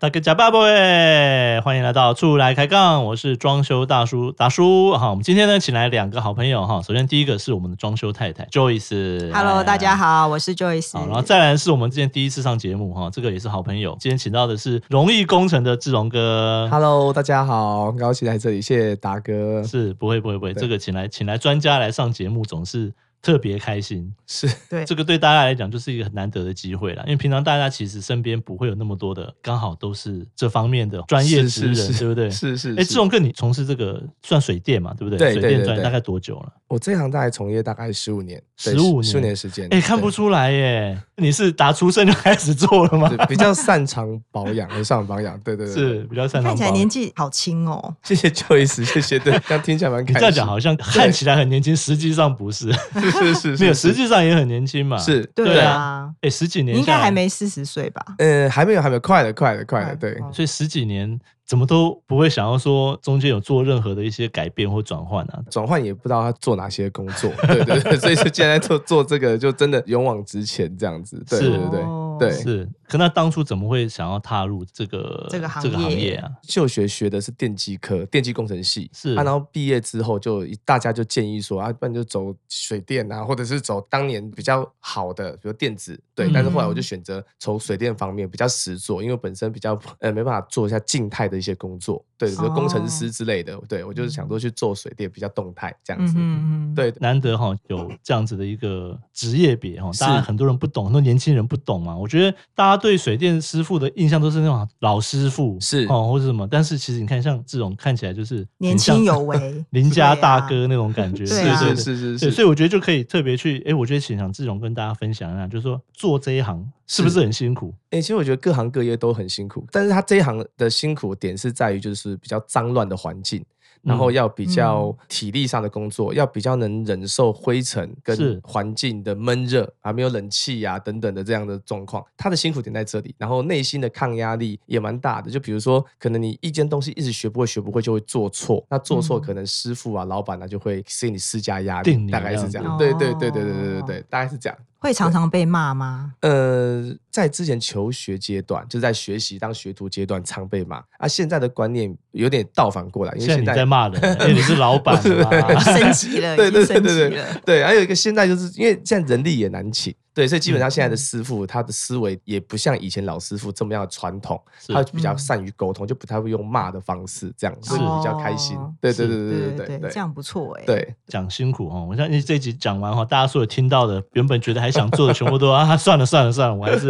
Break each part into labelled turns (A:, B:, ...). A: 大家假爸爸喂，欢迎来到出来开杠，我是装修大叔达叔哈。我们今天呢，请来两个好朋友哈。首先第一个是我们的装修太太 Joyce。
B: Hello，大家
A: 好。
B: 好，我是 Joyce。
A: 好，然后再来是我们之前第一次上节目哈，这个也是好朋友。今天请到的是荣誉工程的志荣哥。
C: Hello，大家好，很高兴来这里，谢谢达哥。
A: 是不会不会不会，
C: 对
A: 这个请来请来专家来上节目，总是特别开心。
C: 是
B: 对
A: 这个对大家来讲就是一个很难得的机会啦，因为平常大家其实身边不会有那么多的，刚好都是这方面的专业
C: 是
A: 职人，
C: 是是
A: 对不对？
C: 是是。
A: 哎，
C: 是
A: 志荣哥，你从事这个算水电嘛，对不对？
C: 对对
A: 水电
C: 对
A: 专业
C: 对
A: 大概多久了？
C: 我这行大概从业大概十五年，
A: 15
C: 十五
A: 年
C: 年时间。
A: 哎，看不出来耶，你是打出生就开始做了吗
C: 对，？对比较擅长保养， 很擅长保养。对对对，
A: 是比较擅长
B: 看起来
A: 保养
B: 年纪好轻哦，
C: 谢谢 Joyce，谢 谢。对，这样听起来蛮
A: 你
C: 开心。
A: 这样讲好像看起来很年轻，实际上不是，
C: 是是是是，
A: 没有，
C: 是
A: 实际上也很年轻嘛。
C: 是，
A: 对啊
B: 啊，
A: 哎，十几
B: 你
A: 年
B: 应
A: 下
B: 该
A: 来
B: 还。没四十岁吧？
C: 嗯，还没有，还没有，快了，快了，快了。
B: 嗯
C: 对，
B: 哦
A: 所以十几年怎么都不会想要说中间有做任何的一些改变或转换啊。
C: 转换也不知道他做哪些工作。对对对，所以就既然在做做这个，就真的勇往直前这样子。对
A: 是
C: 对对对
B: 哦
C: 对，
A: 是，可那当初怎么会想要踏入这个
B: 这个行
A: 这个行
B: 业
A: 业啊？
C: 就学学的是电机科，电机工程系。
A: 是
C: 啊，然后毕业之后就大家就建议说啊，不然就走水电啊，或者是走当年比较好的，比如电子。对，
A: 嗯
C: 但是后来我就选择从水电方面比较实做，因为我本身比较呃没办法做一下静态的一些工作，对，比如
B: 哦
C: 工程师之类的。对我就是想说去做水电比较动态这样子。
B: 嗯嗯，
C: 对，
A: 难得哈有这样子的一个职业别哈，
C: 是
A: 当然很多人不懂，很多年轻人不懂嘛。我觉得大家对水电师傅的印象都是那种老师傅
C: 是
A: 哦，或者什么，但是其实你看像这种看起来就是，
B: 年轻有 为
A: 邻家
B: 对啊
A: 大哥那种感觉，
B: 对
A: 对
B: 啊
A: 对
C: 是
A: 对
C: 是是
A: 对，所
C: 是是。
A: 以我觉得就可以特别去，哎，我觉得请想志荣跟大家分享一下，就是说做这一行是不是很辛苦？
C: 哎、其实我觉得各行各业都很辛苦，但是他这一行的辛苦点是在于就是比较脏乱的环境。然后
A: 嗯
C: 要比较
B: 嗯
C: 体力上的工作，要比较能忍受灰尘
A: 是
C: 跟环境的闷热啊，没有冷气呀、等等的这样的状况，他的辛苦点在这里。然后内心的抗压力也蛮大的，就比如说，可能你一件东西一直学不会，学不会就会做错，那做错
B: 嗯
C: 可能师傅啊、老板啊就会给你施加压
A: 定
C: 力，
A: 你
C: 大概是这
A: 这样
C: 样。
B: 子
C: 对对对对对对对
B: 哦
C: 对，大概是这样。
B: 会常常被骂吗？。
C: 呃，在之前求学阶段，就在学习当学徒阶段常被骂啊。现在的观念有点倒反过来，呃因为
A: 现在
C: 现
A: 你
C: 在
A: 在骂 人，因为你是老板嘛
B: 升级了，
C: 对
B: 已经
C: 对对
B: 升级
C: 对
B: 了
C: 对。对，还有一个现在就是因为现在人力也难请，对，所以基本
A: 嗯
C: 上现在的师傅、他的思维也不像以前老师傅这么样的传统，
A: 是
C: 他比较
B: 嗯
C: 善于沟通，就不太会用骂的方式这样，所以比较开心
B: 哦。
C: 对对
A: 是
C: 对对对对
B: 对，这样不错哎。，
C: 对，
A: 讲辛苦哦，我相信这一集讲完哈，哦大家所有听到的，原本觉得还想做的，全部都 啊算了算了算了，我还是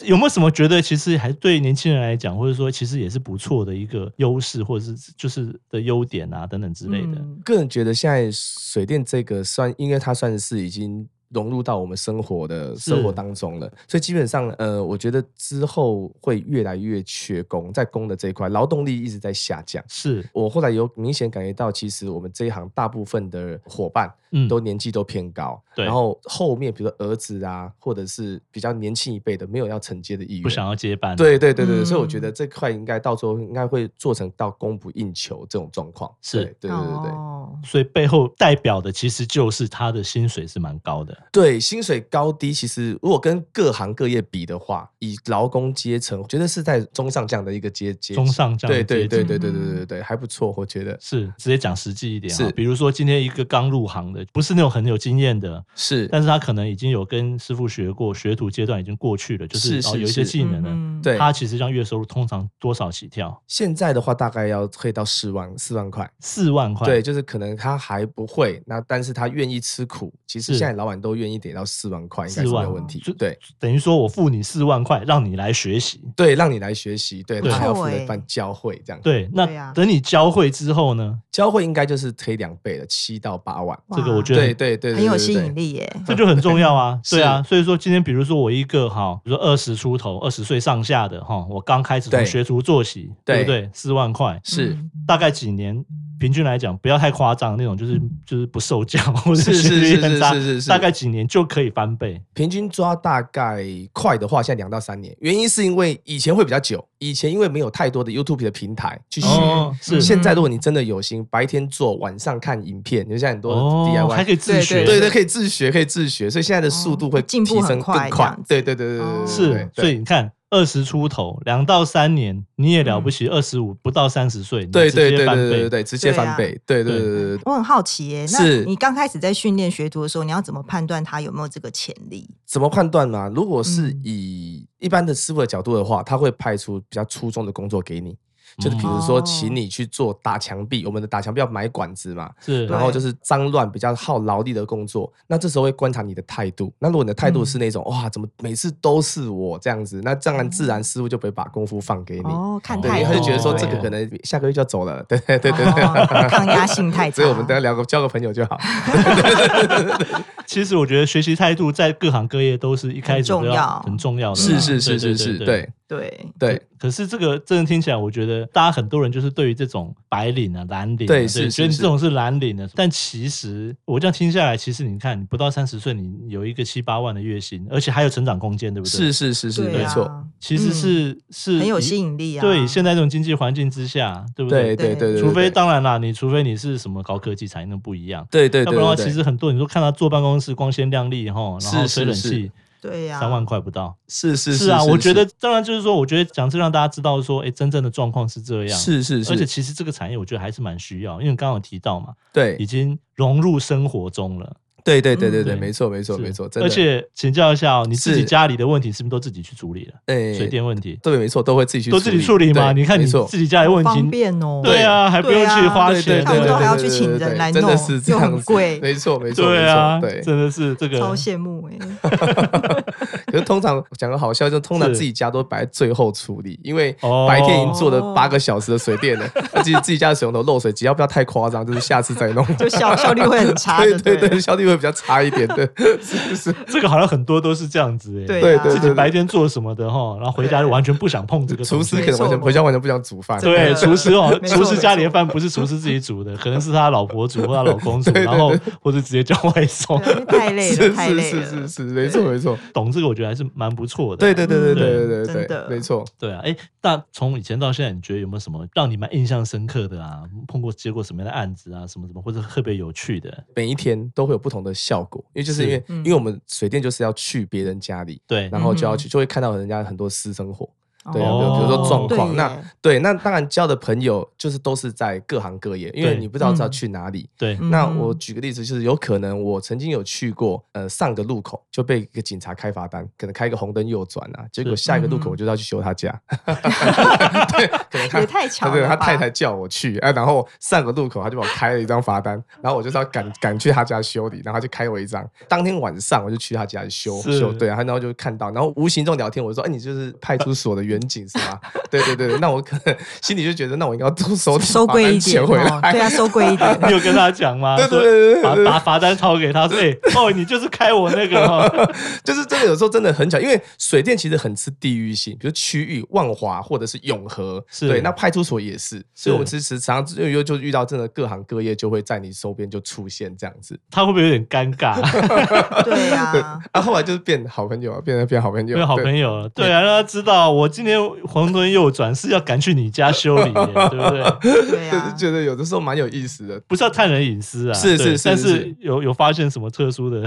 A: 有没有什么觉得其实还对年轻人来讲，或者说其实也是不错的一个优势，或者是就是的优点啊等等之类的。
B: 嗯
C: 个人觉得现在水电这个算，因为它算是已经融入到我们生活的
A: 是
C: 生活当中了，所以基本上，呃，我觉得之后会越来越缺工，在工的这一块，劳动力一直在下降。
A: 是，
C: 我后来有明显感觉到，其实我们这一行大部分的伙伴
A: 嗯，
C: 都年纪都偏高，
A: 对
C: 然后后面比如说儿子啊，或者是比较年轻一辈的，没有要承接的意愿，
A: 不想要接班。，啊
C: 对对对对，所以我觉
B: 嗯
C: 得这块应该到时候应该会做成到供不应求这种状况。
A: 是
C: 对对对对对。
B: 哦
A: 所以背后代表的其实就是他的薪水是蛮高的。
C: 对，薪水高低，其实如果跟各行各业比的话，以劳工阶层，我觉得是在中上这样的一个阶阶
A: 中上这样的
C: 对对
A: 阶级
C: 对
A: 嗯
C: 对对对对对对，还不错，我觉得
A: 是直接讲实际一点啊
C: 是，
A: 比如说今天一个刚入行的，不是那种很有经验的，
C: 是。
A: 但是他可能已经有跟师傅学过，学徒阶段已经过去了，就是
C: 是
A: 哦
C: 是
A: 有一些
C: 是
A: 技能了。
B: 嗯
C: 对
A: 他其实像月收入通常多少起跳？
C: 现在的话，大概要可以到四万四万块。
A: 四万块。
C: 对，，就是可能他还不会，那但是他愿意吃苦。其实
A: 是
C: 现在老板都愿意给到四万块，应该是
A: 4
C: 没
A: 万
C: 有问题
A: 就。
C: 对嗯
A: 等于说我付你四万块，让你来学习。
C: 对，让你来学习，对
A: 不
C: 他还要
B: 错
C: 负责
B: 欸
C: 办教会这样。，
A: 对，那
B: 对啊
A: 等你教会之后呢？
C: 教会应该就是可以两倍了，七到八万。
B: 哇
A: 这个我觉得
C: 对对对，对
B: 很有
C: 对
B: 吸
C: 对
B: 引力耶。
A: 这就很重要 啊，
C: 是
A: 对啊，所以说今天比如说我一个哈，比如说二十出头、二十岁上下的哈，我刚开始从
C: 对
A: 学徒做起，对
C: 对
A: 不对？四万块，
C: 是
B: 嗯
A: 大概几年，平均来讲不要太夸张，那种就是就是不受教 或者
C: 嗯是
A: 学
C: 是
A: 历
C: 是
A: 很
C: 是
A: 差
C: 是是，是
A: 大概几年就可以翻倍，
C: 平均抓大概快的话，现在两到三年。原因是因为以前会比较久，以前因为没有太多的 YouTube 的平台去学。
A: 哦是
C: 现在如果你真的有心，白天做，晚上看影片，就像很多的
A: 哦，还
C: DIY，、
A: 可以自学，
B: 对
C: 对对，可以自学，可以自学，所以现在的速度会
B: 哦进步
C: 提
B: 很
C: 升
B: 快
C: 更
B: 这
C: 快
B: 样子。
C: 对对对对对
B: 哦
C: 对，
A: 是，
C: 对
A: 所以你看，二十出头，两到三年，你也了不起，二十五不到三十岁，你
C: 嗯对
A: 直接
C: 对对
A: 翻
C: 对对
A: 倍
C: 对对，直接
B: 对啊
C: 翻倍，对对对对对对。
B: 我很好奇耶、
C: 是
B: 那你刚开始在训练学徒的时候，你要怎么判断他有没有这个潜力？
C: 怎么判断嘛？如果是
B: 嗯
C: 以一般的师傅的角度的话，他会派出比较粗重的工作给你，就是比
A: 嗯
C: 如说
B: 哦
C: 请你去做打墙壁，我们的打墙壁要买管子嘛，
A: 是
C: 然后就是脏乱比较耗劳力的工作，那这时候会观察你的态度。那如果你的态度
B: 嗯
C: 是那种、哇，怎么每次都是我这样子，那这样自然师傅就不会把功夫放给你。
B: 哦，看
C: 对，
B: 太
C: 因为
B: 多
C: 他
B: 了，
C: 就觉得说
A: 哦
C: 这个可能下个月就要走了， 对对对对
B: 哦
C: 对，
B: 抗压性 太差
C: 所以我们等下聊个交个朋友就好。
A: 其实我觉得学习态度在各行各业都是一开始都
B: 很重要
A: 很重要的啦，
C: 是是是
A: 对
C: 是
A: 对
C: 是，
A: 对
C: 对
B: 对，
C: 对
A: 可是这个真的听起来，我觉得大家很多人就是对于这种白领啊、蓝领啊，
C: 对是
A: 觉得你
C: 是
A: 这种是蓝领的。但其实我这样听下来，其实你看，你不到三十岁，你有一个七八万的月薪，而且还有成长空间，对不对？
C: 是，嗯是是是，
B: 对
C: 没
B: 啊
C: 错。
A: 其实是、是
B: 很有
A: 以
B: 吸引力啊。
A: 对，现在这种经济环境之下，对不对？
C: 对对对对，对
A: 除非
C: 对
A: 当然啦，你除非你是什么高科技产业，那不一样。
C: 对对，
A: 要不然的话，
C: 对
A: 其实很多你说看他坐办公室光鲜亮丽哈，然后
C: 是
A: 吹
C: 是
A: 冷
C: 是
A: 气
B: 对啊呀，
A: 三万块不到，
C: 是是
A: 是啊，我觉得当然就是说，我觉得讲这让大家知道说，哎，真正的状况是这样。，
C: 是是是，
A: 而且其实这个产业我觉得还是蛮需要，因为你刚刚有提到嘛，已
C: 对
A: 经融入生活中了。
C: 对对对对
A: 嗯
C: 对，
A: 对
C: 没错没错没
A: 是
C: 错，真的
A: 而且请教一下哦，你自己
C: 是
A: 家里的问题是不是都自己去处理了？
C: 哎
A: 水电问题
C: 对没错都会自己去
A: 都自己处理嘛？
C: 对
A: 你看你
C: 没错
A: 自己家里
B: 好
A: 问
B: 方
A: 题，
B: 便哦。
A: 对啊，还不用去花
C: 对对对
A: 钱，
B: 他们
C: 对
B: 都
C: 对
B: 还要
C: 对
B: 去
C: 对
B: 请
C: 对
B: 人
C: 对
B: 来
C: 真的
B: 弄
C: 是这
B: 又很
C: 样子
B: 贵
C: 没错没错
A: 对啊，
C: 没错对。
A: 真的是这个
B: 超羡慕哎、
C: 可是通常讲个好笑，就通常
A: 是
C: 自己家都摆在最后处理，因为
A: 哦
C: 白天已经做了
B: 哦
C: 八个小时的水 电了，而且自己家的水龙头漏水，只要不要太夸张，就是下次再 弄。
B: 就效效率会很差
C: 对
B: 的。
C: 对
B: 对
C: 对，效率会比较差一 点的，是是。
A: 这个好像很多都是这样子哎。
B: 对啊
C: 对
A: 自己白天做什么的哈，然后回家就完全不想碰这个
C: 厨
A: 东西
C: 师可能完全回家完全不想煮饭，
A: 对，
B: 真的
A: 厨师哦，
B: 没错
A: 厨师家里的饭不是厨师自己煮的，可能是他老婆煮或他老公煮，然后或者直接叫外送。
B: 对太累
C: 是
B: 了，太
C: 是
B: 累
C: 是是
B: 了。
C: 是，没错没错，
A: 懂这个，我觉得还是蛮不错的。
C: 对对
A: 嗯
C: 对对对对对
B: 真
C: 对，
B: 的
C: 没错。
A: 对啊，哎，那从以前到现在，你觉得有没有什么让你蛮印象深刻的啊？碰过接过什么样的案子啊？什么什么，或者特别有趣的？
C: 每一天都会有不同的效果，因为就是因为
B: 嗯
C: 因为我们水电就是要去别人家里，
A: 对，
C: 然后就
B: 嗯
C: 要去就会看到人家很多私生活，对啊，
A: 哦
C: 比如说状
B: 对
C: 况。
B: 耶
C: 那对，那当然交的朋友就是都是在各行各业，因为
A: 对
C: 你不知道要
B: 嗯
C: 去哪里。
A: 对，
B: 嗯
C: 那我举个例子，就是有可能我曾经有去过，呃，上个路口就被一个警察开罚单，可能开一个红灯右转啊，结果下一个路口
B: 嗯
C: 我就要去修他家， 对，可能他
B: 也太巧
C: 对，
B: 了
C: 他
B: 吧！
C: 太太叫我去，啊，然后上个路口他就帮我开了一张 罚单，然后我就是要赶赶去他家修理，然后他就开我一张。当天晚上我就去他家里修
A: 是
C: 修，对，啊，然后就看到，然后无形中聊天，我就说，哎、你就是派出所的远景是 吗？对对对，那我可能心里就觉得，那我应该要多收
B: 收
C: 贵
B: 贵一点
C: 回
B: 哦，
C: 来。
B: 对啊，收贵一 点。
A: 你有跟他讲吗？
C: 对
A: 说
C: 对对
A: 把
C: 对
A: 把罚单抄给他，说哎哦，你就是开我那个哦，
C: 就是真的有时候真的很巧，因为水电其实很吃地域性，比如区域、万华或者是永和，
A: 是
C: 对，那派出所也是，所以我们其实常常就就遇到真的各行各业就会在你周边就出现这样子。
A: 他会不会有点尴尬？
B: 对啊，
C: 啊，后来就是变好朋友啊，变成变好朋友，
A: 没有好
C: 对
A: 朋友了，对啊，让他知道我今天黄敦右转是要赶去你家修理耶，对不对？
B: 对
C: 就是
B: 啊，
C: 觉得有的时候蛮有意思的，
A: 不是要探人隐私啊，
C: 是是
A: 对
C: 是
A: 但
C: 是
A: 是有有发现什么特殊的？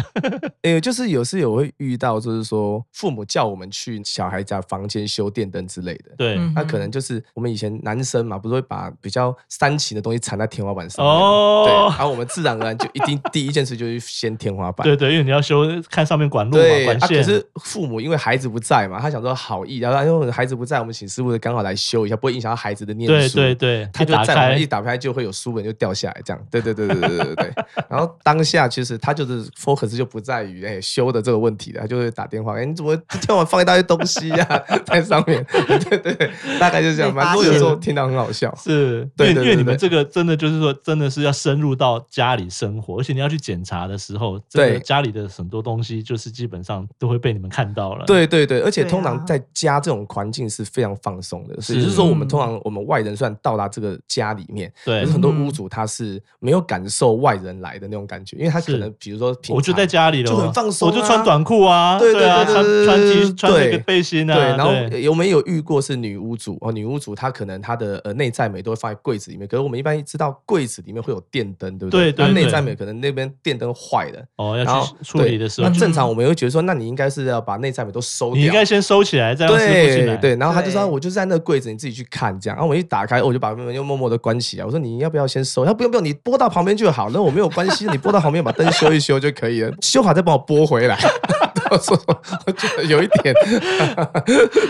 C: 因为就是有时有会遇到，就是说父母叫我们去小孩家房间修电灯之类的，
A: 对，
B: 嗯
C: 那可能就是我们以前男生嘛，不是会把比较煽情的东西缠在天花板上面吗
A: 哦
C: 对，然后我们自然而然就一定第一件事就是先天花板，
A: 对对，因为你要修看上面管路嘛，
C: 对
A: 管
C: 啊，可
A: 线，
C: 是父母因为孩子不在嘛，他想说好意，然后因为孩子不在，我们请师傅刚好来修一下，不会影响到孩子的念
A: 对
C: 书。
A: 对对，
C: 他
A: 一
C: 就
A: 打
C: 在我们
A: 开
C: 一，打开就会有书本就掉下来，这样。对对对对对对对对。然后当下其实他就是 focus 就不在于哎、修的这个问题了，他就会打电话，哎、你怎么今天晚放一大堆东西呀、在上面？ 对对对，大概就这样。
B: 被发
C: 蛮多有时候
B: 现
C: 听到很好笑。
A: 是，因
C: 对
A: 为
C: 对
A: 因
C: 对
A: 为你们这
C: 对
A: 个真的就是说，真的是要深入到家里生活，而且你要去检查的时候，这
C: 对
A: 个家里的很多东西就是基本上都会被你们看到了，
C: 对对对，而且
B: 对
C: 通常
B: 啊
C: 在家这种环境是非常放松的，
A: 是
C: 是也就是说，我们通常我们外人虽然到达这个家里面，
A: 对
C: 可是，很多
B: 嗯
C: 屋主他是没有感受外人来的那种感觉，因为他可
A: 是
C: 能比如说平
A: 我就
C: 常
A: 在家里了，
C: 就很放松啊
A: 我就穿短裤啊，
C: 对
A: 啊，
C: 对
A: 穿
C: 对
A: 穿
C: 对
A: T 穿那个
C: 对
A: 背心啊，
C: 对，然后呃我们也有遇过是女屋主哦，女屋主她可能她的呃内在美都会放在柜子里面，可是我们一般知道柜子里面会有电灯，对不
A: 对对
C: 那内
A: 对
C: 在美可能那边电灯坏了，
A: 哦
C: 然
A: 要
C: 后
A: 去处理
C: 对
A: 的时候
C: 那
B: 就，
C: 正常我们会觉得说，那你应该是要把内在美都收
A: 你应
C: 掉
A: 该。先收起来，再让师傅进来。
C: 对对，然后他就说
B: 对
C: 我就在那个柜子，你自己去看这样。然后我一打开，我就把门又默默的关起来。我说你要不要先收？他说不用不用，你拨到旁边就好。那我没有关系，你拨到旁边把灯修一修就可以了，修好再帮我拨回来。我说我觉得有一点，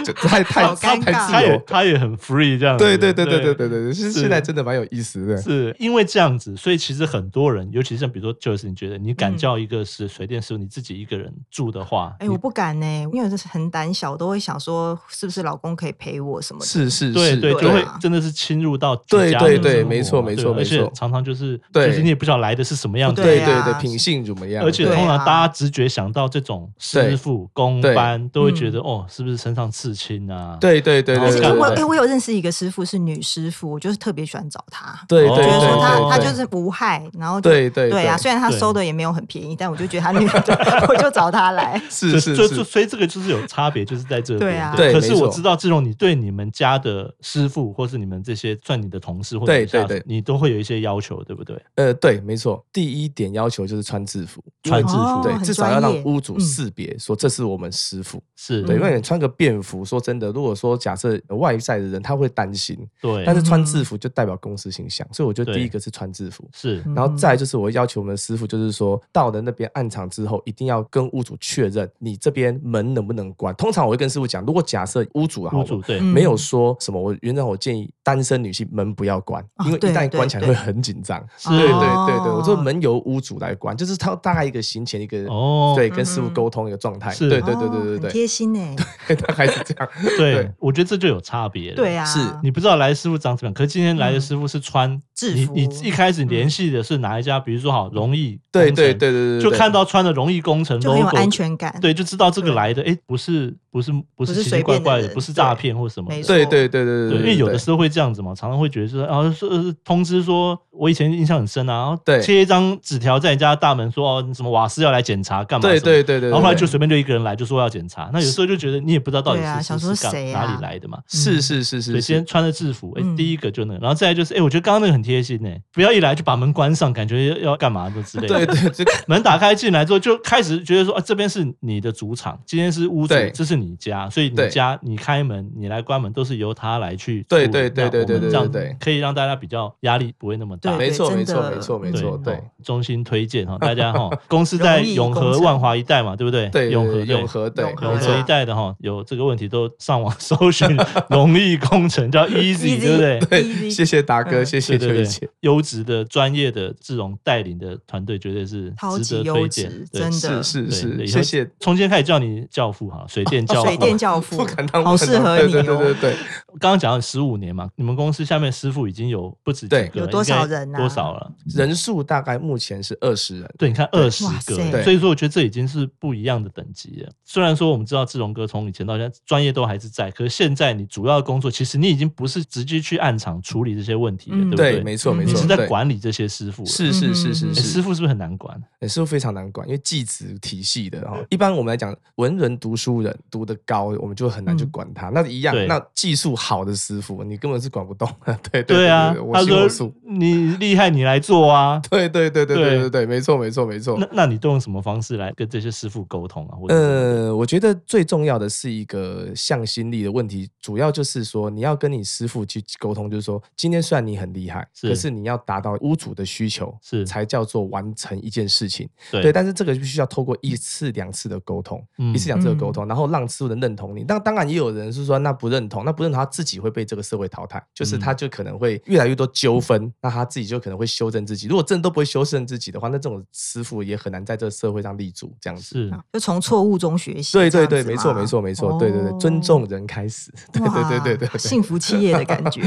C: 就太太
B: 好
C: 太
B: 尴尬
C: 自
A: 他
C: 由
A: 也。他也很 free 这样子。
C: 对对对对对对对对，是
A: 是
C: 现在真的蛮有意思的。
A: 是因为这样子，所以其实很多人，尤其是像比如说，就是你觉得你敢
B: 嗯
A: 叫一个是水电师傅，你自己一个人住的话，
B: 哎、我不敢呢、因为我就是很胆小，都会想说是不是老公可以陪我什么的。
C: 是是
A: 对
C: 是，
A: 对，
B: 对
A: 就会
B: 啊
A: 真的是侵入到
C: 对
A: 家人
B: 对
A: 的
B: 对
A: 生活
C: 没错
A: 嘛
C: 没
A: 对
C: 错
A: 而
C: 没
A: 且
C: 错
A: 常常就是
C: 对
A: 就是你也不知道来的是什么样的，
C: 对
B: 对
C: 对
B: 啊
C: 对，品性怎么样？
A: 而且
C: 对
A: 通常
B: 对
A: 大
B: 啊
A: 家直觉想到这种师
C: 对
A: 傅工
C: 对
A: 班，都会觉
B: 嗯
A: 得哦，是不是身上刺青啊？
C: 对对对
A: 而
C: 对
A: 且
C: 对
A: 看
B: 我哎、
A: 对
B: 我有认识一个师傅是女师傅，我就是特别喜欢找她，
C: 对对
A: 我
B: 觉得
C: 对
B: 说她
C: 对
B: 她
C: 对
B: 就是无害，然后就
C: 对对
B: 对啊，虽然她
A: 对
B: 收的也没有很便宜，但我就觉得她女 的，我就找她来。
A: 就是
C: 是，
A: 就就是所以这个就是有差别，就是在这边。
B: 对啊
C: 对
A: 可是
C: 没
A: 我
C: 错
A: 知道，这种你对你们家的师傅，或是你们这些算你的同事或者
C: 对
A: 你下属
C: 对对
A: 你都会有一些要求，对不对？
C: 呃，对，没错。第一点要求就是穿制服，因为
A: 穿制服
B: 哦
C: 对，
B: 很
C: 至少
B: 专
C: 要让
B: 业
C: 屋主
B: 嗯
C: 识别说这是我们师傅。
A: 是，
C: 对，因
A: 对
C: 为你穿个便服，说真的，如果说假设外在的人他会担心，但
A: 对
C: 是穿制
B: 嗯
C: 服就代表公司形象，所以我觉得
A: 对
C: 第一个是穿制服。
A: 是
B: 嗯
C: 然后再来就是，我会要求我们的师傅，就是说到了那边暗场之后，一定要跟屋主确认你这边门能不能关。通常我会跟师傅讲，如果假设屋主啊，
A: 屋主对
B: 嗯
C: 没有说什么，我原则上我建议单身女性门不要关，
B: 啊
C: 因为
B: 对
C: 一旦
B: 对
C: 关起来
B: 对
C: 会很紧张。
A: 是
C: 对对
B: 哦
C: 对对，我这个门由屋主来关，就是他大概一个行前一个
A: 哦
C: 对跟师傅
B: 嗯哼
C: 沟通一个状态。
A: 是
C: 对对对对
B: 哦
C: 对
B: 很
C: 对
B: 贴心呢、
C: 对， 大概是这样。
A: 对
C: 对，
A: 我觉得这就有差别了。
B: 对啊，嗯
C: 是
A: 你不知道来的师傅长什么样，可是今天来的师傅是穿
B: 制服嗯
A: 你你一开始联系的是哪一家？比如说好容易
C: 对
A: 工程
C: 对对对对，
A: 就
C: 对
A: 看到穿的容易工程
B: 就很有
A: logo，
B: 安全感。嗯
A: 对，就知道这个
B: 对
A: 来的，哎，不是不是不
B: 不
A: 是
B: 是
A: 奇奇
B: 随
A: 怪
B: 便的
A: 怪的，
B: 人
A: 不是诈
B: 对
A: 骗或什么的
B: 没。错
C: 对对对
A: 对，
C: 对对，
A: 因为有的
C: 对
A: 时候会这样子嘛，常常会觉得说，啊，是呃通知说，我以前印象很深啊，然后
C: 对
A: 贴一张纸条在你家大门说，哦，什么瓦斯要来检查干嘛？
C: 对
A: 什么的
C: 对对对，
A: 然后后来就
C: 对
A: 随便就一个人来就说要检查，那有时候就觉得你也不知道到底
B: 对啊
A: 是
B: 想
A: 是
B: 说
A: 是干
B: 谁啊
A: 哪里来的嘛。
C: 是是是
A: 所以
C: 是
A: 先
C: 是，
A: 穿着制服，哎，
B: 嗯
A: 第一个就那个，然后再来就是，哎，我觉得刚刚那个很贴心呢，不要一来就把门关上，感觉要要干嘛的之类的。
C: 对对 这
A: 门打开进来之后，就开始觉得说啊，这边是你的主场，今天是屋主
C: 对，
A: 这是你家，所以你
C: 对
A: 家你开门，你来关门都是由他来去处
C: 对
A: 理。
C: 对对
A: 那
C: 对
A: 我们
C: 对
B: 对
A: 哦这样
B: 对对
A: 可以让大家比较压力不会那么大。
C: 没
B: 对
C: 错
B: 真
C: 没错
B: 的
C: 没错没错，对
A: 哦。衷心推荐 哈，大家哈，公司在
B: 容易
A: 永和
B: 工程
A: 万华一带嘛，对不对？
C: 对，
A: 永和对
C: 永和对，
B: 哦永和
A: 永
B: 没
A: 和
B: 错
A: 一带的哈，有这个问题都上网 搜寻容易工程， 叫 Easy，
B: Easy
A: 对不对？
C: 对，谢谢达哥，
B: 嗯
C: 谢
A: 对
C: 谢
A: 对
C: 秋
A: 对
C: 姐，，
A: 优质的、专业的志荣带领的团队，绝对是
B: 超
A: 值
B: 级
A: 得
B: 优
A: 推荐
B: 质，。
A: 对
B: 真
C: 是
B: 的。
C: 是
A: 对对
C: 是，
A: 以后
C: 谢谢。
A: 从今天开始叫你教父哈，水电教父。
B: 哦水 电教父
C: 不敢当，
B: 好
C: 不敢
B: 适
C: 当
B: 合
C: 对
B: 你
C: 对对对
B: 哦。
C: 对，
A: 刚刚讲了十五年嘛，你们公司下面师傅已经有不止几个
C: 对
A: 了，
B: 有多少
A: 应该
B: 人啊
A: 多少了？
C: 人数大概目前是二十人，
A: 对，你看二十
B: 哇塞
A: 个，
B: 对
A: 所以说我觉得这已经是不一样的等级了。虽然说我们知道志荣哥从以前到现在专业都还是在，可是现在你主要的工作其实你已经不是直接去暗场处理这些问题了，
B: 嗯
A: 对不
C: 对，没错
B: 嗯
C: 没
A: 你
C: 错，
A: 是在
C: 对，
A: 管理这些师傅了，
C: 是是是
B: 嗯
C: 是
A: 诶
C: 是
A: 师，傅是不是很难管？
C: 欸师傅非常难管，因为技职体系的哈，一般我们来讲，文人读书人读得高，我们就很难去
B: 嗯
C: 管他。那一样
A: 对，
C: 那技术好的师傅，你根本是管不动。对对
A: 对啊
C: 对，我
A: 他
C: 行我
A: 说
C: 素。
A: 你厉害，你来做啊。
C: 对对对对对
A: 对
C: 对对对，没错没错没错
A: 那。那你都用什么方式来跟这些师傅沟通啊？或者
C: 呃，我觉得最重要的是一个向心力的问题，主要就是说你要跟你师傅去沟通，就是说今天虽然你很厉害，
A: 是
C: 可是你要达到屋主的需求，
A: 是
C: 才叫做完成一件事情。
A: 对
C: 对，但是这个必须要透过一次两次的沟通，
A: 嗯
C: 一次两次的沟通，然后让师傅能认同你。但当然也有人是说那不认同，那不认同他自己会被这个社会淘汰，就是
A: 嗯
C: 他就可能会越来越多纠纷，那他自己就可能会修正自己。如果真的都不会修正自己的话，那这种师傅也很难在这个社会上立足，这样子。
A: 是
B: 啊就从错误中学习，
C: 对对
B: 这
C: 对，
B: 样子
C: 没错
B: 吗哦
C: 没错没错，对对对，尊 重人开始，对对对对对
B: 哇
C: 对，
B: 幸福企业的感觉，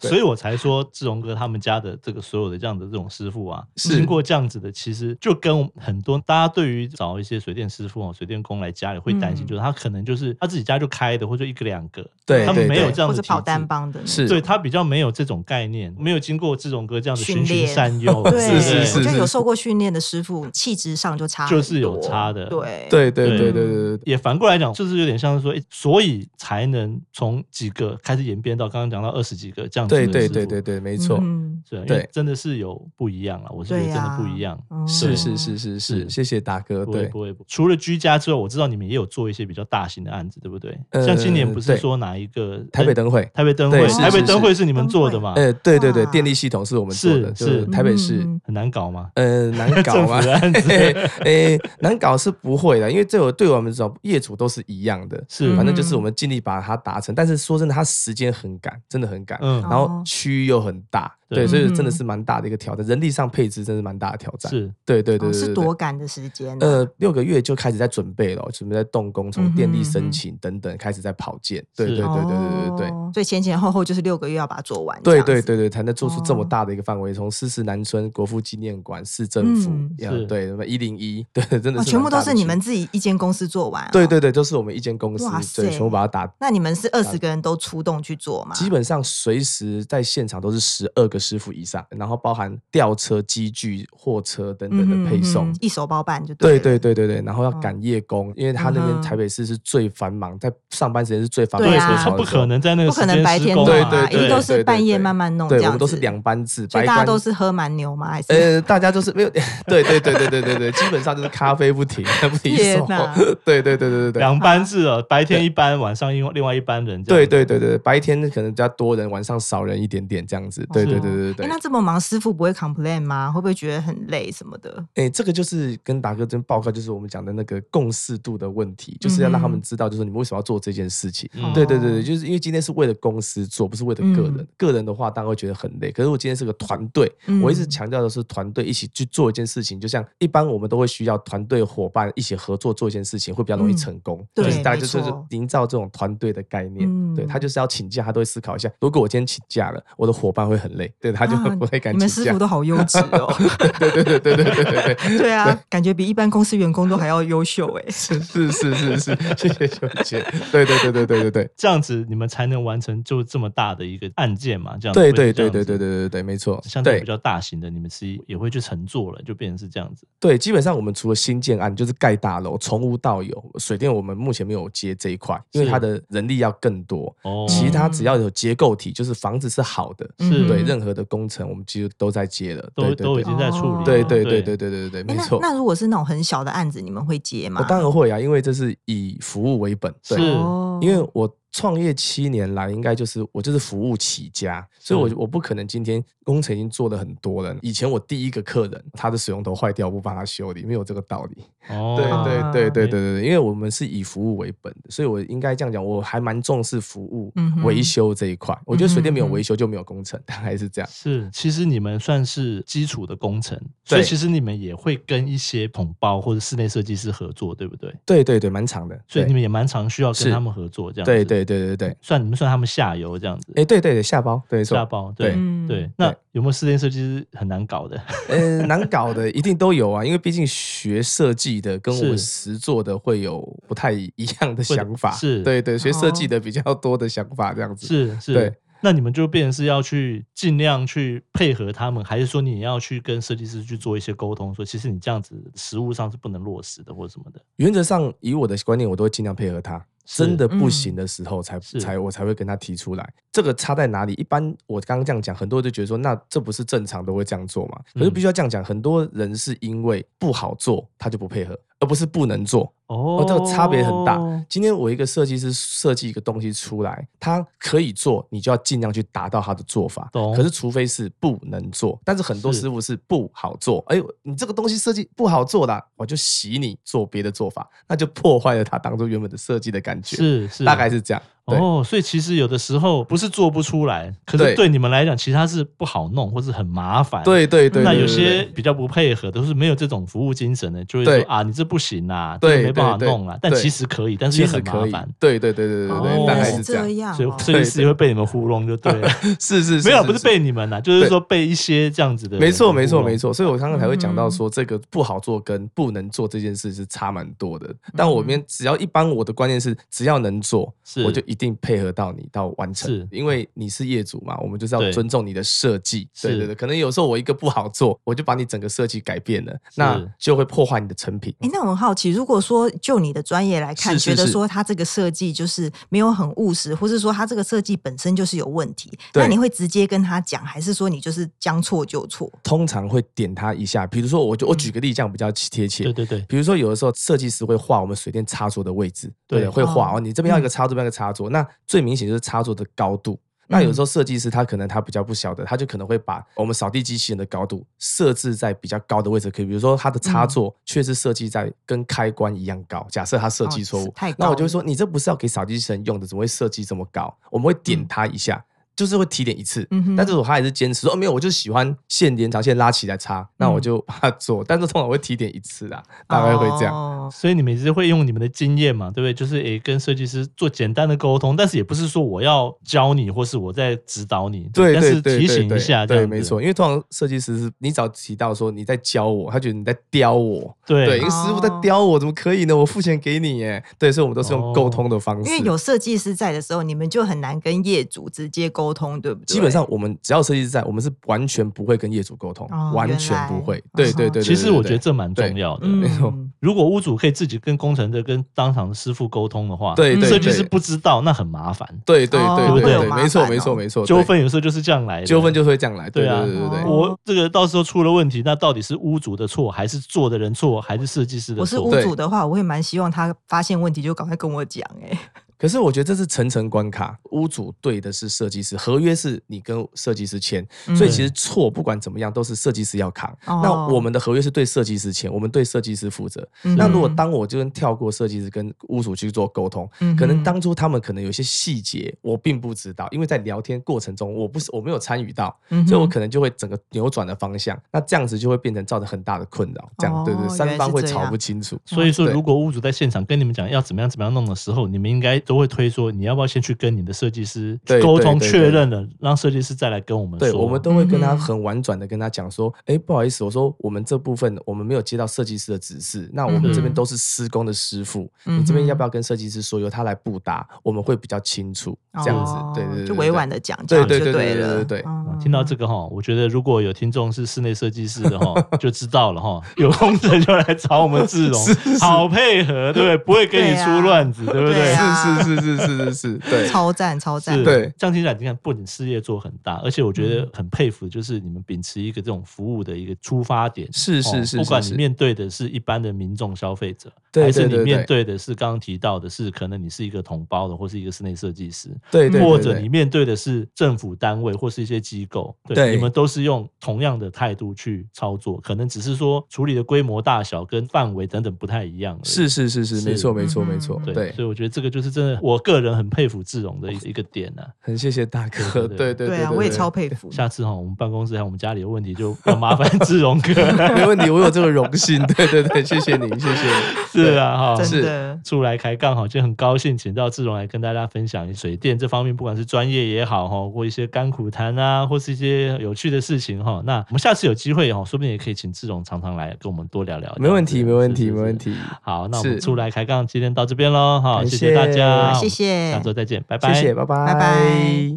A: 所以我才说，志荣哥他们家的这个所有的这样的这种师傅啊，
C: 是
A: 经过这样子的，其实就跟很多大家对于找一些水电师傅哦、水电工来家里会担心，
B: 嗯
A: 就是他可能就是他自己家就开的，或者一个两个，
C: 对
A: 他们
C: 对
A: 没有
C: 对
A: 这样
B: 或
A: 的
B: 者
A: 体
B: 跑
A: 制
B: 单帮的，
C: 是
A: 对他比较没有这种概念，没有经过志荣哥这样的
B: 训
A: 循循
B: 练
A: 善 诱，
B: 对，
A: 对不
C: 是
A: 对
C: 是
B: 我觉
C: 是
B: 得有受过训练的师傅气质上就差很多，
A: 就是有差的
B: 对，
C: 对对
A: 对
C: 对对对对，
A: 也反过来讲，就是有点像是说，诶所以才能从几个开始演变到刚刚讲到二十几个这样子嗯的
C: 对对
A: 师
C: 对
A: 傅
C: 对，对，没错，
B: 嗯
A: 是啊，因为
C: 对
A: 真的是有不一样了，我是觉得
B: 对
A: 真
B: 呀，
A: 的不一样。
B: 哦
C: 是是是是
A: 是
C: 是，谢谢达哥，
A: 嗯不会
C: 呃对
A: 不会，不会除了居家之外，我知道你们也有做一些比较大型的案子，对不对？
C: 呃
A: 像今年不是
C: 对
A: 说哪一个呃
C: 台北灯会，
A: 台北灯
C: 对
A: 会，
B: 是
A: 台北
B: 是
A: 灯
C: 是
A: 会是你们做的嘛？
C: 呃，对对对，
B: 哇
C: 电力系统是我们做的，
A: 哎是
C: 就是
A: 是
C: 台北市。
B: 嗯
A: 很难搞吗？
C: 呃，难 搞
A: 政府
C: 吗？
A: 的案 子
C: 嘿嘿诶，难搞是不会的，因为这我对我们这种业主都是一样的，
A: 是
C: 反正就是
B: 嗯
C: 我们尽力把它达成。但是说真的，它时间很赶，真的很赶，
A: 嗯
C: 然后
B: 哦
C: 区域又很大，
A: 对
C: 对，所以真的
B: 嗯
C: 是蛮大的一个挑战，人力上配置真是蛮大的挑战。，
A: 是
C: 对对对
B: 哦
C: 对，
B: 是
C: 对对
B: 多赶的时间啊，
C: 呃，六个月就开始在准备了，准备在动工，
B: 嗯
C: 从电力申请等等开始在跑件。对
A: 是
C: 对对对对对对。
B: 哦所以前前后后就是六个月要把它做完，
C: 对
B: 这样
C: 对
B: 子
C: 对对，才能做出这么
B: 哦
C: 大的一个范围，从四十南村国父纪念馆、市政府
B: 嗯，
C: 呀
A: 是
C: 对，什么一零一，对，真的
B: 哦，
C: 是
B: 全
C: 蛮
B: 部都
C: 大的
B: 是你
C: 区
B: 们。自己一间公司做完、
C: 对。对对，都是我们一间公司
B: 哇，塞
C: 对，全部把它打。
B: 那你们是二十个人都出动去做吗？
C: 基本上随时在现场都是十二个师傅以上，然后包含吊车、机具、货车等等
B: 嗯
C: 的
B: 哼
C: 配
B: 嗯
C: 送
B: 哼。一手包办就
C: 对
B: 对
C: 对
B: 了，
C: 对对对，然后要
B: 嗯
C: 赶夜工，因为他那
B: 嗯
C: 边
B: 哼
C: 台北市是最繁忙，在上班时间是最繁忙
B: 对
C: 最
B: 啊
A: 他
C: 吵的
A: 不
C: 时候
A: 可能在那个
B: 不
A: 时
B: 可能
A: 间
B: 白
A: 施
B: 天
A: 工
B: 弄
C: 对
A: 啊
C: 对
B: 啊，一
C: 对
B: 定都是半夜慢慢弄这
C: 对，我
B: 样
C: 们都是
B: 子
C: 两班制，
B: 所
C: 白
B: 以大家
C: 班
B: 都是喝蛮牛吗？还是、
C: 呃，大家就是没有， 对对对对对对对，基本上就是咖啡不停， 不停
B: 天
C: 手
B: 哪，
C: 对对对对对对。
A: 两
B: 啊
A: 班制哦，白天一班，晚上另另外一班人这
C: 对
A: 样。
C: 对对对，白天可能比较多人，晚上少人一点点这样
B: 哦
C: 子。对对对对对
B: 诶
C: 对
B: 那。这么忙，师傅不会 complain 吗？会不会觉得很累什么的？
C: 哎，这个就是跟达哥这边报告，就是我们讲的那个共识度的问题，就是要让他们知道，就是你们为什么要做这件事情。
A: 嗯
C: 对对对对，
B: 哦，
C: 就是因为今天是为了公司做，不是为了个人。
B: 嗯
C: 个人的话，当然会觉得很累。可是我今天是个团队，
B: 嗯
C: 我一直强调的是团队一起去做一件事情。就像一般我们都会需要团队伙伴一起合作做一件事情，会比较容易
B: 嗯
C: 成功。
B: 对
C: 就是大家就是
B: 没错
C: 营造这种团队的概念。
B: 嗯
C: 对他就是要请假，他都会思考一下，如果我今天请假了，我的伙伴会很累，对他就
B: 啊
C: 不会敢
B: 你
C: 请
B: 们师
C: 假
B: 傅。都好优质 哦，
C: 对对对对对对对对。
B: 对啊，感觉比一般公司员工都还要优秀哎、
C: 是是是是是，谢谢秋姐。对对对对对对对，
A: 这样子你们才能完成就这么大的一个案件嘛？这样
C: 对对对对对
A: 对
C: 对对对，没错。
A: 像这种
C: 对
A: 比较大型的，你们是也会去乘坐了，就变成是这样子。
C: 对，基本上我们除了新建案，就是盖大楼，从无到有。水电我们目前没有接这一块，因为
A: 是
C: 它的人力要更多。
A: 哦，
C: 其他只要有结构体，就是房子是好的，
A: 是
C: 对
B: 嗯
C: 任何的工程，我们其实都在接了，
A: 都
C: 对
A: 都已
C: 对
A: 经在哦处理了。
C: 对对对对对对对对，
B: 诶
C: 没
B: 那
C: 错。
B: 那如果是那种很小的案子，你们会接吗？
C: 我当然会啊，因为这是以服务为本，对
A: 是
B: 哦
C: 因为我创业七年来，应该就是我就是服务起家，所以
A: 是
C: 我我不可能今天工程已经做了很多了。以前我第一个客人他的水龙头坏掉，我不帮他修理，没有这个道理。
A: 哦，
C: 对
B: 啊
C: 对对对对对对，因为我们是以服务为本的，所以我应该这样讲，我还蛮重视服务
B: 嗯哼
C: 维修这一块。我觉得水电没有
B: 嗯哼嗯哼
C: 维修就没有工程，大概是这样。
A: 是，其实你们算是基础的工程，所以
C: 对
A: 其实你们也会跟一些统包或者室内设计师合作，对不对？
C: 对对对，蛮长的。
A: 所以你
C: 对
A: 们也蛮常需要跟
C: 是
A: 他们合作，这样子
C: 对，对对对对，
A: 算你们算他们下游这样子。
C: 哎对对对，下包对没错
A: 下包对
C: 对
B: 嗯
A: 对，那有没有室内设计师很难搞的？
C: 呃，难搞的一定都有啊，因为毕竟学设计的跟我
A: 是
C: 们实做的会有不太一样的
A: 会
C: 想法，
A: 是哦
C: 对对，学设计
B: 哦
C: 的比较多的想法这样子。
A: 是是，
C: 对
A: 那你们就变成是要去尽量去配合他们，还是说你也要去跟设计师去做一些沟通，说其实你这样子实物上是不能落实的，或者什么的？
C: 原则上，以我的观念，我都会尽量配合他。
A: 是嗯
C: 真的不行的时候才，
A: 是
C: 才我才会跟他提出来，这个差在哪里？一般我刚刚这样讲，很多人就觉得说，那这不是正常都会这样做嘛？可是
A: 嗯
C: 必须要这样讲，很多人是因为不好做，他就不配合，而不是不能做。
A: 哦
C: 哦，这个差别很大。今天我一个设计师设计一个东西出来，他可以做，你就要尽量去达到他的做法。
A: 懂
C: 可是除非是不能做，但是很多
A: 是
C: 师傅是不好做。哎呦，你这个东西设计不好做啦，我就洗你做别的做法，那就破坏了他当初原本的设计的感觉。
A: 是是，
C: 大概是这样。对
A: 哦，所以其实有的时候不是做不出来，可是
C: 对
A: 对你们来讲，其实它是不好弄或是很麻烦。
C: 对对对，
A: 哎那
C: 对
A: 有
C: 对
A: 些
C: 对
A: 比较不配合的，都是没有这种服务精神的，就会
C: 对
A: 说啊，你这不行啊，
C: 对
A: 这没办法
C: 对对
A: 弄啊。但
C: 对
A: 其实可以，但是
C: 其
A: 也
C: 实
A: 很麻
C: 可以
A: 烦，，
C: 对对对对对
A: 哦
C: 对，大概是
B: 这
C: 这样，
B: 样
A: 所
B: 哦，
A: 以设计师也会被你们糊弄，就对 了。
C: 是是是，
A: 没有，不是
C: 被。
A: 被你们啦，啊就是说被一些这样子的人
C: 没错，
A: 糊弄
C: 没错，没。错。所以我刚刚才会讲到
B: 嗯
C: 说，这个不好做跟不能做这件事是差蛮多的。但
B: 嗯
C: 我们只要一般我的观念是，只要能做，
A: 是
C: 我就一定配合到你到完成
A: 是。
C: 因为你是业主嘛，我们就是
A: 对
C: 要尊重你的设计。对
A: 是
C: 对对，可能有时候我一个不好做，我就把你整个设计改变了，那就会破坏你的成品。
B: 哎，那我很好奇，如果说就你的专业来看，
C: 是是
B: 觉得
C: 是
B: 说他这个设计就是没有很务实，或是说他这个设计本身就是有问题，
C: 对
B: 那你会直接跟他讲，还是说你就是将错就错？
C: 通常会点他一下，比如说，我就我举个例，这样比较贴切。
A: 嗯对对对，
C: 比如说，有的时候设计师会画我们水电插座的位置，
A: 对
C: 对，会
B: 哦
C: 画哦，你这边要一个插座，这边要一个插座。那最明显就是插座的高度。那有时候
B: 嗯
C: 设计师他可能他比较不晓得，他就可能会把我们扫地机器人的高度设置在比较高的位置，可以比如说它的
B: 嗯
C: 插座确实设计在跟开关一样高，假设他设计错
B: 哦
C: 误
B: 是太高，
C: 那我就会说你这不是要给扫地机器人用的，怎么会设计这么高？我们会
B: 嗯
C: 点他一下。就是会提点一次，
B: 嗯哼
C: 但这种他还是坚持说、哦、没有，我就喜欢线连长线拉起来插，
A: 嗯
C: 那我就把它做， 但是通常我会提点一次
A: 哦
C: 啊，大概会这样。
B: 样。
A: 所以你们也是会用你们的经验嘛，对不对？就是诶，跟设计师做简单的沟通，但是也不是说我要教你，或是我在指导你，
C: 对
A: 但
C: 对
A: 是
C: 对
A: 提醒一
C: 对
A: 下，
C: 对，
A: 这样
C: 对，
A: 子
C: 没，错，因为通常设计师是你只要提到说你在教我，他觉得你在刁我，对，
A: 对
C: 因为师傅在
B: 哦
C: 刁我，怎么可以呢？我付钱给你耶，对，所以我们都是用
A: 哦
C: 沟通的方式，
B: 因为有设计师在的时候，你们就很难跟业主直接沟通，对不对？
C: 基本上我们只要设计师在，我们是完全不会跟业主沟通，
B: 哦
C: 完
B: 原
C: 全不
B: 来
C: 会，对对
B: 哦
C: 对，对
A: 其实
C: 对
A: 我
C: 对
A: 觉得这蛮重要的。
B: 嗯，
C: 没错
A: 如果屋主可以自己跟工程的、跟当场的师傅沟通的话，
C: 对对
A: 设计
C: 对
A: 师不知道，那很麻烦。
C: 对对
B: 哦
C: 对
A: 会
C: 对
A: 有
C: 对，
B: 麻
C: 没错
B: 烦
C: 没
B: 哦
C: 错没错，
A: 纠
C: 对
A: 纷有时候就是这样来的，
C: 纠纷就是会这样来，对
A: 对啊
C: 对对对对
B: 哦
A: 我这个到时候出了问题，那到底是屋主的错，还是做的人错，还是设计师的错？
B: 我是屋
C: 对
B: 主的话，我会蛮希望他发现问题就赶快跟我讲、哎，
C: 可是我觉得这是层层关卡，屋主对的是设计师，合约是你跟设计师签，
B: 嗯
C: 所以其实错不管怎么样都是设计师要扛。
B: 哦
C: 那我们的合约是对设计师签，我们对设计师负责。
B: 嗯
C: 那如果当我就跟跳过设计师跟屋主去做沟通，
B: 嗯哼
C: 可能当初他们可能有一些细节我并不知道，因为在聊天过程中我不是我没有参与到，
B: 嗯哼
C: 所以我可能就会整个扭转了方向。那这样子就会变成造成很大的困扰，这样、
B: 哦
C: 对对，
B: 原来
C: 三方
B: 是
C: 会
B: 这
C: 吵
B: 样
C: 不清楚。
A: 所以说，
C: 嗯对
A: 如果屋主在现场跟你们讲要怎么样怎么样弄的时候，你们应该都会推说，你要不要先去跟你的设计师
C: 对
A: 沟通
C: 对对
A: 确认了，让设计师再来跟我们说。
C: 对，我们都会跟他
B: 嗯哼
C: 很婉转的跟他讲说，哎、不好意思，我说我们这部分我们没有接到设计师的指示，那我们这
B: 嗯
C: 边
B: 哼
C: 都是施工的师傅，
B: 嗯
C: 你这边要
B: 哼
C: 不要跟设计师说，由他来布达，我们会比较清楚，这样子，对
B: 哦
C: 对对，
B: 就委婉
C: 的，
B: 的讲，
C: 对
B: 这样
C: 对
B: 就
C: 对
B: 了，
C: 对
B: 嗯
C: 对对对
A: 啊听到这个哈，我觉得如果有听众是室内设计师的 哈，就知道了哈，有空的就来找我们志荣，好配合，对不对？不会跟你
B: 对啊
A: 出乱子，对不
B: 对啊
C: 是是是是是是是， 对。
B: 超赞超赞
A: 是，，
C: 对嗯
A: 这样听起来，你看，不仅事业做很大，而且我觉得很佩服，就是你们秉持一个这种服务的一个出发点，
C: 是是
A: 哦
C: 是
A: 不
C: 是
A: 管
C: 是
A: 你面对的是一般的民众消费者，
C: 对
A: 还是
C: 对
A: 你
C: 对
A: 面
C: 对
A: 对的是刚刚提到的是可能你是一个同胞的，或是一个室内设计师，
C: 对对，
A: 或
C: 对
A: 者
C: 对
A: 你面对的是政府单位或是一些机构，对，
C: 对
A: 你们都是用同样的态度去操作，可能只是说处理的规模大小跟范围等等不太一样而已。
C: 是是是是，没
A: 是
C: 错没错
B: 嗯
C: 没错，
A: 对，
C: 对哦
A: 所，以我觉得这个就是真的，我个人很佩服志荣的一一个点呢、
C: 很谢谢大哥，
A: 对对
C: 对对
B: 对
C: 对
B: 啊，
C: 对
B: 我也
C: 对
B: 超佩服。
A: 下次哈，我们办公室还有我们家里有问题，就要麻烦志荣哥。
C: 没问题，我有这个荣幸，对对对，谢谢你，谢谢你，
A: 是啊，哈，
B: 真
C: 是
B: 的，
A: 出来开杠哈，就很高兴请到志荣来跟大家分享水电这方面，不管是专业也好哈，或一些甘苦谈啊，或是一些有趣的事情哈。那我们下次有机会哈，说不定也可以请志荣常常来跟我们多聊聊。
C: 没问题没问
A: 是是
C: 题没
A: 是
C: 问题，
A: 好，那我们
C: 是
A: 出来开杠，今天到这边喽哈，
C: 感
A: 谢大家，
C: 谢
B: 谢谢
A: 下周再见，拜拜，
C: 谢谢，拜拜，
B: 拜拜。